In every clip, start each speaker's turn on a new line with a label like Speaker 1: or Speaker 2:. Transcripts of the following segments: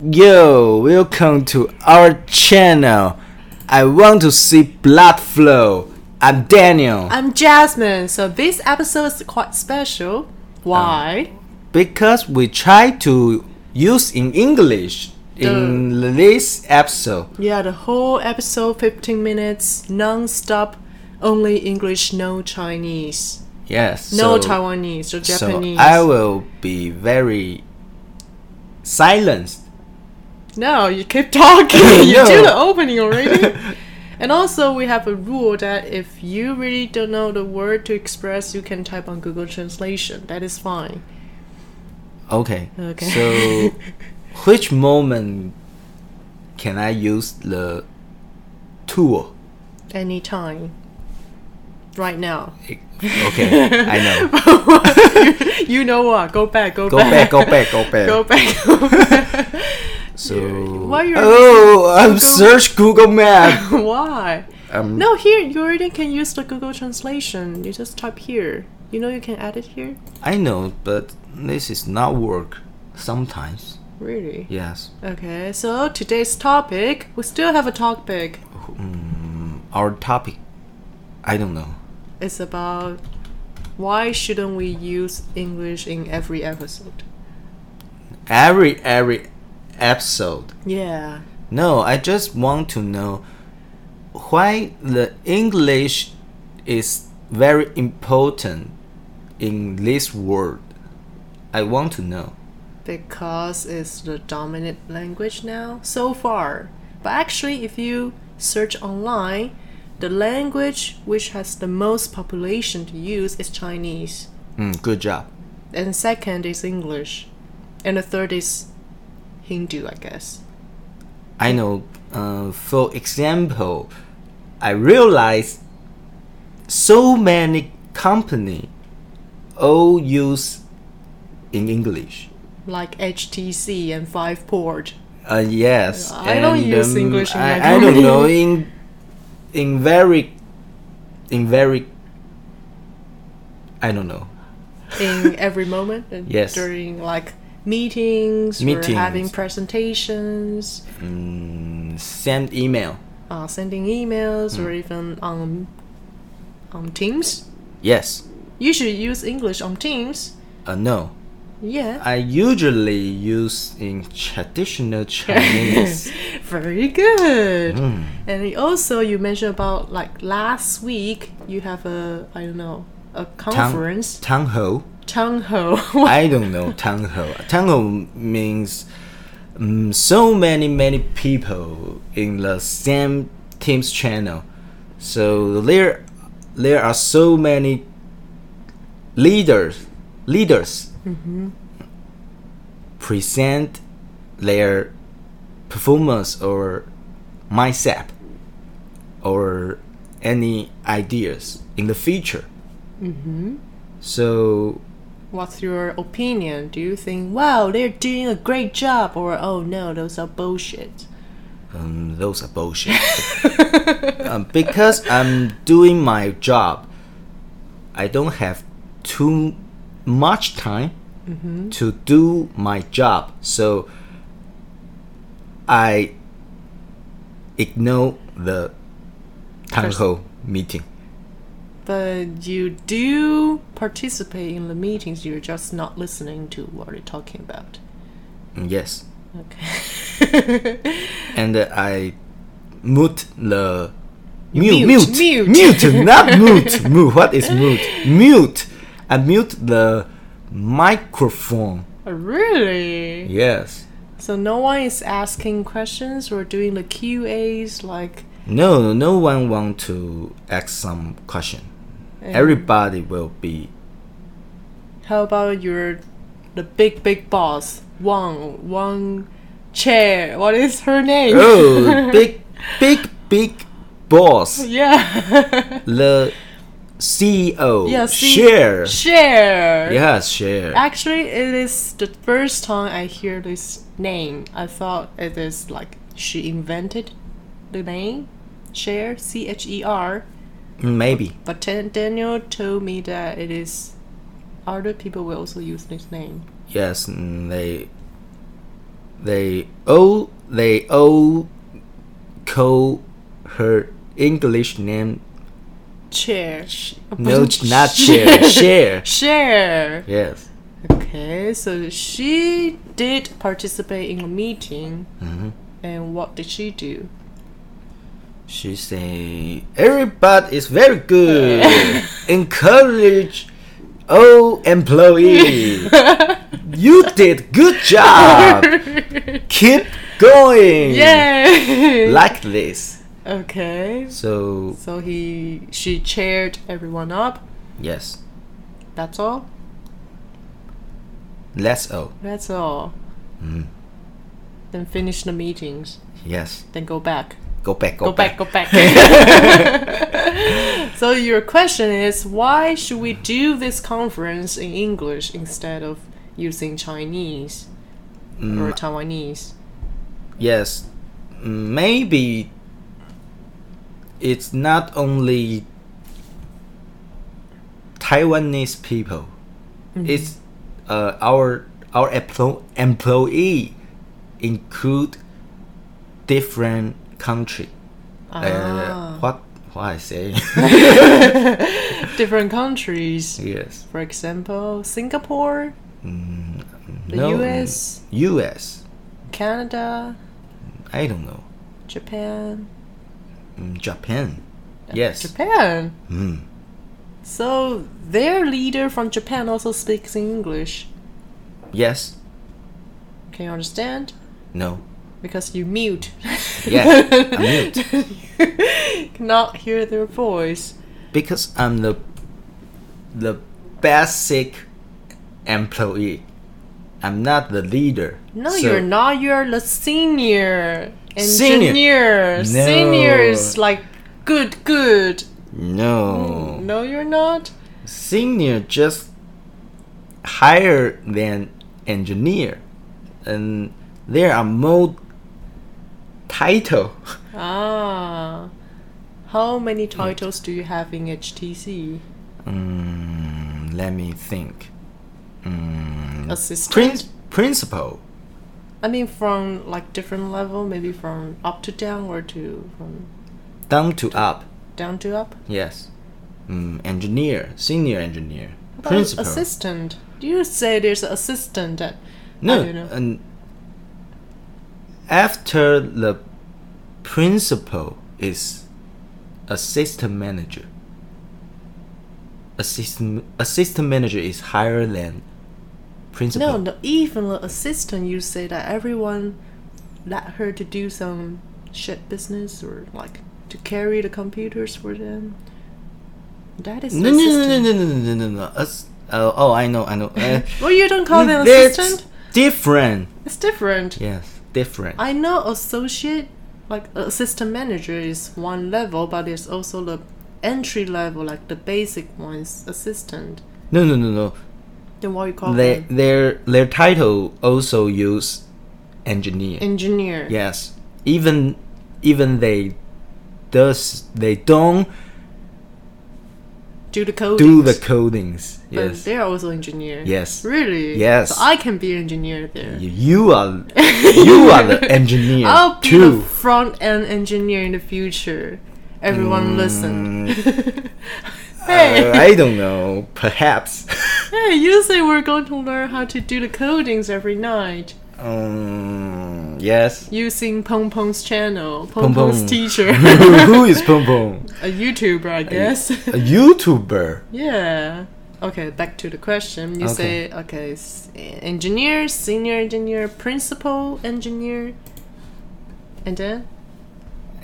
Speaker 1: Yo, welcome to our channel. I want to see blood flow. I'm Daniel.
Speaker 2: I'm Jasmine. So this episode is quite special. Why?
Speaker 1: because we try to use in English in this episode.
Speaker 2: yeah, the whole episode 15 minutes non-stop only English, no Chinese.
Speaker 1: Yes.
Speaker 2: No
Speaker 1: so,
Speaker 2: Taiwanese or Japanese.
Speaker 1: So I will be very silenced.
Speaker 2: No, you keep talking. you
Speaker 1: No.
Speaker 2: do the opening already. and also we have a rule that if you really don't know the word to express, you can type on Google Translation. That is fine.
Speaker 1: Okay.
Speaker 2: Okay.
Speaker 1: So which moment can I use the tool?
Speaker 2: Anytime. Right now.
Speaker 1: Okay, I know.
Speaker 2: you know what? Go back, go,
Speaker 1: Go back, go back, go back.
Speaker 2: go back. Go back.
Speaker 1: So
Speaker 2: Why you're
Speaker 1: oh, I'm search Google Map.
Speaker 2: Why?
Speaker 1: Um,
Speaker 2: No, here you already can use the Google translation. You just type here. You know you can add it here.
Speaker 1: I know, but this is not work. Sometimes,
Speaker 2: Really?
Speaker 1: yes.
Speaker 2: Okay. So today's topic. We still have a topic.
Speaker 1: Our topic, I don't know.
Speaker 2: It's about why shouldn't we use English in every episode?
Speaker 1: Every every episode.
Speaker 2: Yeah.
Speaker 1: No, I just want to know why the English is very important in this world. I want to know.
Speaker 2: because it's the dominant language now so far. But actually, if you search online, the language which has the most population to use is Chinese,
Speaker 1: Mm, good job.
Speaker 2: and second is English, and the third is Hindu, I guess.
Speaker 1: I know, uh, for example, I realize so many company all use in English.
Speaker 2: Like HTC and Five Port.
Speaker 1: Uh, yes,
Speaker 2: I don't
Speaker 1: and, um,
Speaker 2: use English in my
Speaker 1: I, I don't
Speaker 2: company.
Speaker 1: know in in very in very I don't know.
Speaker 2: in every moment and
Speaker 1: Yes.
Speaker 2: during like meetings, or having
Speaker 1: Meetings.
Speaker 2: presentations.
Speaker 1: Mm, send email.
Speaker 2: uh, sending emails
Speaker 1: Mm.
Speaker 2: or even on on Teams.
Speaker 1: Yes.
Speaker 2: You should use English on Teams.
Speaker 1: Uh, no.
Speaker 2: Yeah,
Speaker 1: I usually use in traditional Chinese.
Speaker 2: very good.
Speaker 1: Hmm.
Speaker 2: And also, you mentioned about like last week you have a I don't know a conference.
Speaker 1: Tang Ho.
Speaker 2: Tang Ho.
Speaker 1: I don't know tango. Tango means mm, so many many people in the same team's channel. So there there are so many leaders leaders present their performance or mindset or any ideas in the future. So
Speaker 2: What's your opinion? Do you think wow they're doing a great job or oh no those are bullshit?
Speaker 1: Um, those are bullshit. um, because I'm doing my job, I don't have too much time to do my job. So I ignore the town
Speaker 2: Pers-
Speaker 1: hall meeting.
Speaker 2: But you do participate in the meetings. You're just not listening to what they're talking about.
Speaker 1: Mm, Yes.
Speaker 2: Okay.
Speaker 1: And uh, I mute the. Mute,
Speaker 2: You
Speaker 1: mute,
Speaker 2: mute,
Speaker 1: mute,
Speaker 2: mute.
Speaker 1: not mute, mute. What is mute? Mute. I mute the microphone.
Speaker 2: really?
Speaker 1: Yes.
Speaker 2: So no one is asking questions or doing the QAs like
Speaker 1: No, no one want to ask some question. Everybody will be
Speaker 2: how about your the big big boss Wang Wang Chair? What is her name?
Speaker 1: oh big, big, big boss,
Speaker 2: yeah.
Speaker 1: the CEO.
Speaker 2: yeah. see-
Speaker 1: share.
Speaker 2: Share.
Speaker 1: Yes, share.
Speaker 2: Actually, it is the first time I hear this name. I thought it is like she invented the name. Share C H E R.
Speaker 1: Mm, Maybe.
Speaker 2: But Dan- Daniel told me that it is other people will also use this name.
Speaker 1: Yes, mm, they They all they all call her English name.
Speaker 2: chair. Uh,
Speaker 1: No,
Speaker 2: but-
Speaker 1: not share. Share.
Speaker 2: Share.
Speaker 1: Yes.
Speaker 2: Okay, so she did participate in a meeting,
Speaker 1: Mm-hmm.
Speaker 2: and what did she do?
Speaker 1: She say everybody is very good. Encourage all employee. you did good job. Keep going.
Speaker 2: Yay!
Speaker 1: Like this.
Speaker 2: okay,
Speaker 1: So
Speaker 2: so he she cheered everyone up.
Speaker 1: yes,
Speaker 2: That's all.
Speaker 1: let's all.
Speaker 2: That's all.
Speaker 1: Mm.
Speaker 2: Then finish the meetings.
Speaker 1: Yes,
Speaker 2: Then go back.
Speaker 1: go back. Go,
Speaker 2: Go back. Go back. so your question is why should we do this conference in English instead of using Chinese
Speaker 1: Mm.
Speaker 2: or Taiwanese?
Speaker 1: Yes, maybe it's not only Taiwanese people.
Speaker 2: Mm-hmm.
Speaker 1: It's uh, our our emplo- employee include different country.
Speaker 2: Ah.
Speaker 1: Uh, what what I say?
Speaker 2: Different countries.
Speaker 1: yes.
Speaker 2: For example, Singapore, the
Speaker 1: no, mm.
Speaker 2: US,
Speaker 1: U.S.
Speaker 2: Canada,
Speaker 1: I don't know.
Speaker 2: Japan.
Speaker 1: Mm, Japan. Yes.
Speaker 2: Uh, Japan.
Speaker 1: Mm.
Speaker 2: So their leader from Japan also speaks in English.
Speaker 1: Yes.
Speaker 2: Can you understand?
Speaker 1: No.
Speaker 2: Because you mute.
Speaker 1: Yeah, I'm mute.
Speaker 2: Cannot hear their voice.
Speaker 1: because I'm the the basic employee. I'm not the leader.
Speaker 2: No,
Speaker 1: So-
Speaker 2: you're not. You're the senior
Speaker 1: Senior.
Speaker 2: engineer. Senior,
Speaker 1: No.
Speaker 2: is like good, good.
Speaker 1: No.
Speaker 2: Mm, No, you're not.
Speaker 1: Senior just higher than engineer, and there are more title.
Speaker 2: Ah, how many titles do you have in HTC?
Speaker 1: Mm, let me think. Mm,
Speaker 2: Assistant.
Speaker 1: prin- principal.
Speaker 2: I mean, from like different level, maybe from up to down or to from
Speaker 1: Down to up.
Speaker 2: down to up.
Speaker 1: Yes. Mm, engineer. Senior engineer.
Speaker 2: What about
Speaker 1: Principal.
Speaker 2: Assistant. Do you say there's an assistant? At,
Speaker 1: No,
Speaker 2: I don't know.
Speaker 1: and after the principal is assistant manager. Assistant assistant manager is higher than
Speaker 2: no,
Speaker 1: principal.
Speaker 2: no, even the assistant, you say that everyone let her to do some shit business or like to carry the computers for them. That is
Speaker 1: no, no,
Speaker 2: assistant.
Speaker 1: no, no, no, no, no, no, no. Us- oh, oh, I know, I know. Uh,
Speaker 2: Well, you don't call them
Speaker 1: that's
Speaker 2: assistant.
Speaker 1: different.
Speaker 2: It's different.
Speaker 1: Yes, different.
Speaker 2: I know associate, like assistant manager, is one level, but there's also the entry level, like the basic ones, assistant.
Speaker 1: no, no, no, no.
Speaker 2: Then what you call
Speaker 1: They,
Speaker 2: them?
Speaker 1: their their title also use engineer.
Speaker 2: Engineer.
Speaker 1: Yes, even even they does they don't
Speaker 2: Do the coding.
Speaker 1: do the codings.
Speaker 2: But
Speaker 1: Yes,
Speaker 2: they're also engineer.
Speaker 1: Yes.
Speaker 2: Really?
Speaker 1: Yes.
Speaker 2: So I can be engineer there.
Speaker 1: you, you are you are the engineer
Speaker 2: I'll be the
Speaker 1: too.
Speaker 2: front end engineer in the future. Everyone listen. hey,
Speaker 1: Mm. Uh, I don't know. Perhaps.
Speaker 2: hey, you say we're going to learn how to do the codings every night
Speaker 1: um, yes.
Speaker 2: using Pong Pong's channel,
Speaker 1: Pong
Speaker 2: Pong Pong's
Speaker 1: Pong.
Speaker 2: teacher,
Speaker 1: Who is Pom Pom?
Speaker 2: a YouTuber, I guess.
Speaker 1: A YouTuber.
Speaker 2: yeah. Okay, back to the question. You
Speaker 1: Okay.
Speaker 2: say okay, s- engineer, senior engineer, principal engineer, and then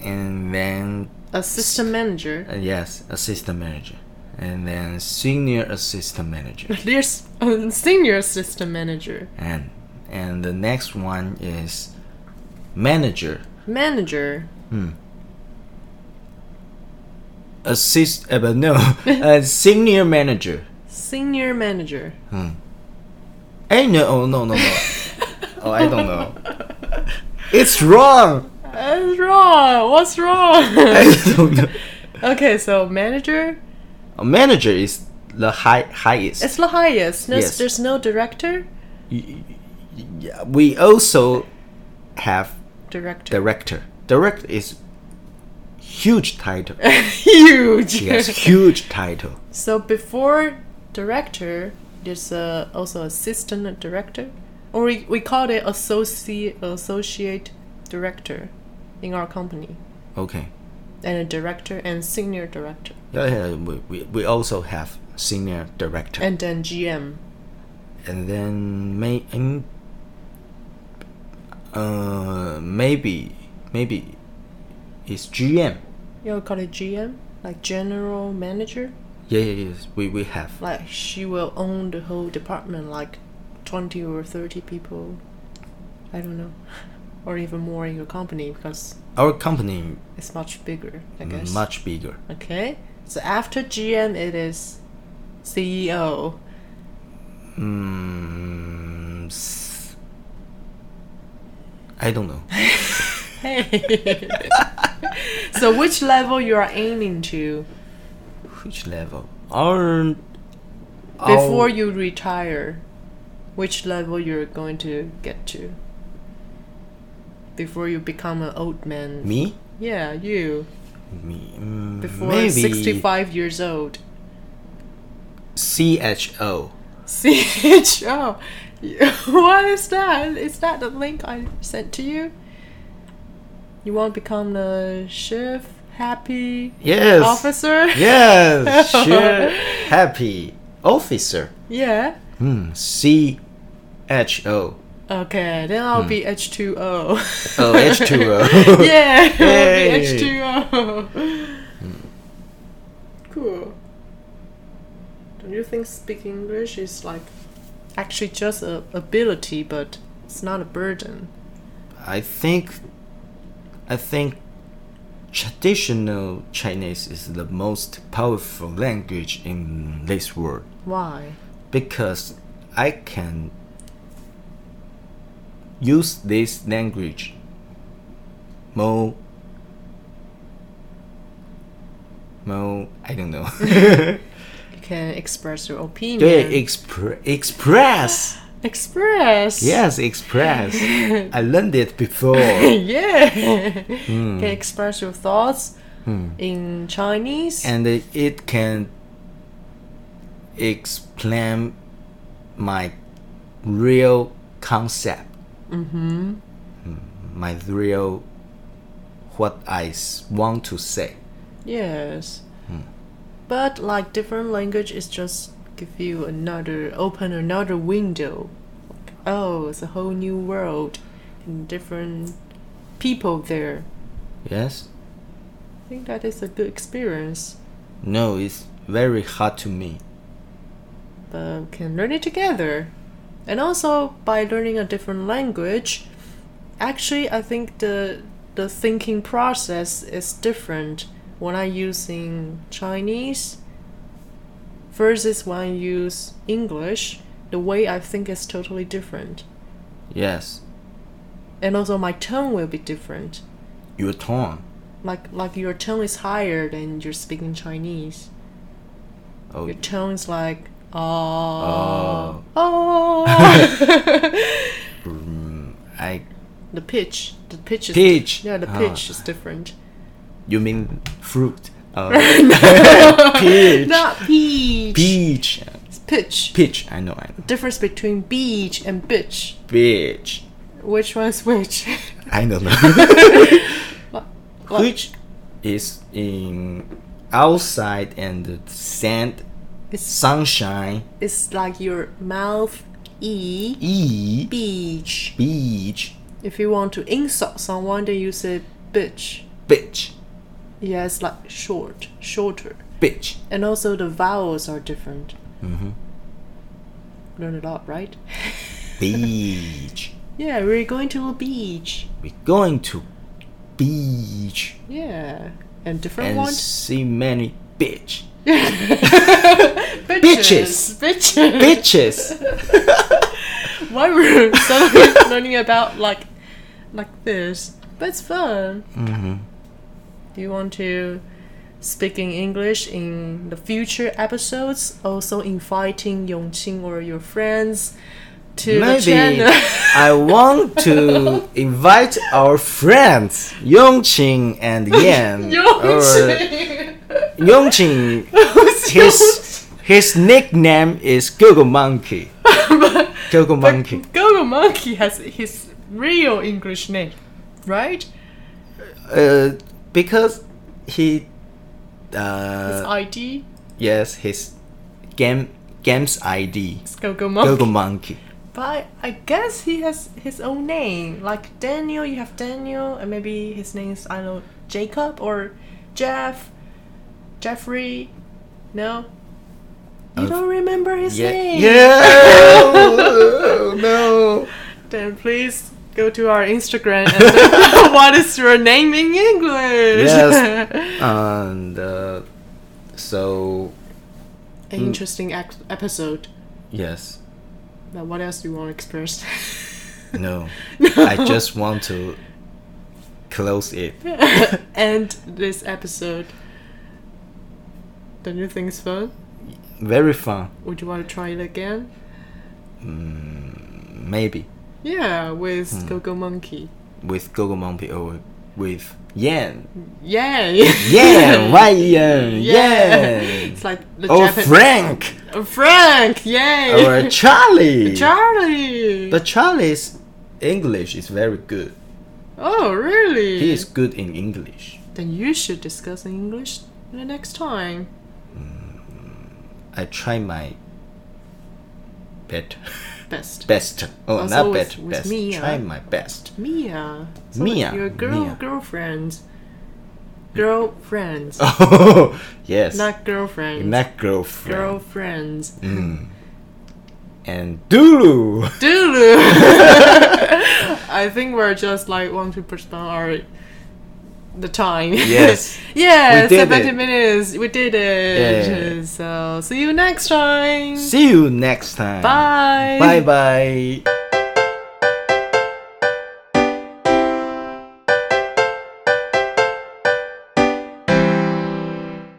Speaker 1: And then
Speaker 2: assistant manager.
Speaker 1: uh, yes, assistant manager. And then senior assistant manager.
Speaker 2: There's a senior assistant manager.
Speaker 1: and and the next one is manager. Hmm.
Speaker 2: Manager.
Speaker 1: assist uh, but no uh, senior manager
Speaker 2: Senior manager.
Speaker 1: i know oh, no no no oh i don't know it's wrong
Speaker 2: That's wrong. What's wrong?
Speaker 1: i don't know
Speaker 2: okay, so manager.
Speaker 1: a manager is the high highest
Speaker 2: It's the highest. No,
Speaker 1: Yes.
Speaker 2: There's no director.
Speaker 1: we also have
Speaker 2: Director.
Speaker 1: director. Director is huge title.
Speaker 2: Huge.
Speaker 1: yes, huge title.
Speaker 2: So before director, there's uh, also assistant director, or we, we called it associate associate director in our company,
Speaker 1: Okay.
Speaker 2: and a director and senior director,
Speaker 1: Yeah, yeah, we, we, we also have senior director.
Speaker 2: and then GM.
Speaker 1: and then may and, uh maybe maybe it's GM.
Speaker 2: You know, call it GM, like general manager.
Speaker 1: Yeah, yeah, yes. We we have
Speaker 2: Like she will own the whole department, like twenty or thirty people. I don't know, or even more in your company because
Speaker 1: our company
Speaker 2: it's much bigger. I guess.
Speaker 1: Mm, much bigger.
Speaker 2: Okay. So after GM, it is E CEO.
Speaker 1: Mm, s- I don't know.
Speaker 2: Hey. so which level you are aiming to
Speaker 1: Which level? Our our-
Speaker 2: before you retire? Which level you're going to get to before you become an old man?
Speaker 1: me
Speaker 2: Yeah, you
Speaker 1: me mm,
Speaker 2: before
Speaker 1: maybe
Speaker 2: 65 years old.
Speaker 1: CHO.
Speaker 2: CHO. What is that? Is that the link I sent to you? You want to become the chef, happy
Speaker 1: Yes.
Speaker 2: officer?
Speaker 1: Yes. sure. Happy officer.
Speaker 2: Yeah.
Speaker 1: Hmm. C H O.
Speaker 2: Okay, then I'll be H2O.
Speaker 1: Hmm. Oh, H2O.
Speaker 2: yeah,
Speaker 1: Yay.
Speaker 2: I'll
Speaker 1: Hmm.
Speaker 2: be H2O. Cool. Don't you think speaking English is like actually just a ability, but it's not a burden?
Speaker 1: I think. I think traditional Chinese is the most powerful language in this world
Speaker 2: Why?
Speaker 1: because I can use this language more. More, I don't know.
Speaker 2: You can express your opinion.
Speaker 1: yeah, expre- express.
Speaker 2: express.
Speaker 1: Yes, express. I learned it before.
Speaker 2: yeah.
Speaker 1: Hmm.
Speaker 2: Can express your thoughts in Chinese.
Speaker 1: and it can explain my real concept. Mm-hmm. My real what I s- want to say.
Speaker 2: yes. But like different language is just give you another open another window. Oh, it's a whole new world and different people there.
Speaker 1: Yes?
Speaker 2: I think that is a good experience.
Speaker 1: No, it's very hard to me.
Speaker 2: but we uh, can learn it together. And also by learning a different language, actually I think the the thinking process is different when I using Chinese versus when I use English. The way I think is totally different.
Speaker 1: Yes.
Speaker 2: And also my tone will be different.
Speaker 1: Your tone.
Speaker 2: Like like your tone is higher than you're speaking Chinese.
Speaker 1: Oh,
Speaker 2: Your tone's like oh,
Speaker 1: Oh.
Speaker 2: oh.
Speaker 1: mm, I.
Speaker 2: The pitch, the pitch is
Speaker 1: Pitch.
Speaker 2: Yeah, the
Speaker 1: Ah.
Speaker 2: pitch is different.
Speaker 1: You mean fruit? Uh, peach.
Speaker 2: Not peach.
Speaker 1: Peach.
Speaker 2: It's pitch.
Speaker 1: Peach. I know. I know.
Speaker 2: Difference between beach and bitch.
Speaker 1: Peach.
Speaker 2: Which one's which?
Speaker 1: I don't know.
Speaker 2: Well,
Speaker 1: Which is in outside and the sand,
Speaker 2: It's
Speaker 1: sunshine,
Speaker 2: it's like your mouth e
Speaker 1: e,
Speaker 2: beach.
Speaker 1: beach,
Speaker 2: If you want to insult someone, then you say bitch.
Speaker 1: bitch,
Speaker 2: Yeah, it's like short, shorter,
Speaker 1: bitch.
Speaker 2: and also the vowels are different. Mm-hmm. Learn a lot, right?
Speaker 1: Beach.
Speaker 2: Yeah, we're going to the beach.
Speaker 1: We're going to beach
Speaker 2: Yeah, and different
Speaker 1: and
Speaker 2: ones.
Speaker 1: see many bitch.
Speaker 2: Bitches. Bitches.
Speaker 1: Bitches.
Speaker 2: Why we're suddenly learning about like, like this? But it's fun. Mm-hmm. Do you want to speak in English in the future episodes? Also inviting Yongqing or your friends to the
Speaker 1: Maybe
Speaker 2: channel.
Speaker 1: I want to invite our friends Yongqing and Yan. or uh, Yongqing. His his nickname is Google Monkey. Google Monkey.
Speaker 2: Gogo Monkey has his real English name, right?
Speaker 1: Uh, because he.
Speaker 2: His
Speaker 1: Uh,
Speaker 2: ID
Speaker 1: yes, his game games ID.
Speaker 2: is Gogo Monkey.
Speaker 1: Google Monkey.
Speaker 2: But I guess he has his own name. Like Daniel, you have Daniel, and maybe his name is, I don't know, Jacob or Jeff, Jeffrey. No? You
Speaker 1: Of-
Speaker 2: don't remember his
Speaker 1: Yeah.
Speaker 2: name?
Speaker 1: Yeah. Oh, no.
Speaker 2: Then please go to our Instagram and look up what is your name in English?
Speaker 1: Yes. mm. And uh, so
Speaker 2: An interesting ac- episode.
Speaker 1: yes.
Speaker 2: Now, what else do you want to express?
Speaker 1: No.
Speaker 2: No.
Speaker 1: I just want to close it.
Speaker 2: end this episode. Don't you think it's fun?
Speaker 1: Very fun.
Speaker 2: Would you want to try it again?
Speaker 1: Mm, Maybe
Speaker 2: Yeah, with
Speaker 1: Hmm.
Speaker 2: Gogo Monkey.
Speaker 1: with Google Monkey or with Yan.
Speaker 2: Yay!
Speaker 1: Yan. Why Yan? Yan.
Speaker 2: It's like the
Speaker 1: Or
Speaker 2: Japan-
Speaker 1: Oh, Frank.
Speaker 2: Oh, Frank! Yay!
Speaker 1: Or Charlie.
Speaker 2: Charlie!
Speaker 1: But Charlie's English is very good.
Speaker 2: oh, really?
Speaker 1: He is good in English.
Speaker 2: Then you should discuss in English the next time.
Speaker 1: I try my best.
Speaker 2: Best.
Speaker 1: Best. Oh,
Speaker 2: Also
Speaker 1: not
Speaker 2: with-
Speaker 1: best.
Speaker 2: with
Speaker 1: best.
Speaker 2: Mia.
Speaker 1: Try my best.
Speaker 2: Mia.
Speaker 1: Mia,
Speaker 2: Your girl
Speaker 1: Mia.
Speaker 2: girlfriend. Girlfriends.
Speaker 1: Oh, yes.
Speaker 2: Not girlfriend.
Speaker 1: Not girlfriend. Mm.
Speaker 2: girlfriends.
Speaker 1: And Dulu.
Speaker 2: Dulu. I think we're just like want to postpone our the time.
Speaker 1: Yes.
Speaker 2: yeah,
Speaker 1: We did
Speaker 2: 70
Speaker 1: it.
Speaker 2: minutes. We did it.
Speaker 1: Yeah.
Speaker 2: So see you next time.
Speaker 1: See you next time.
Speaker 2: Bye.
Speaker 1: Bye bye.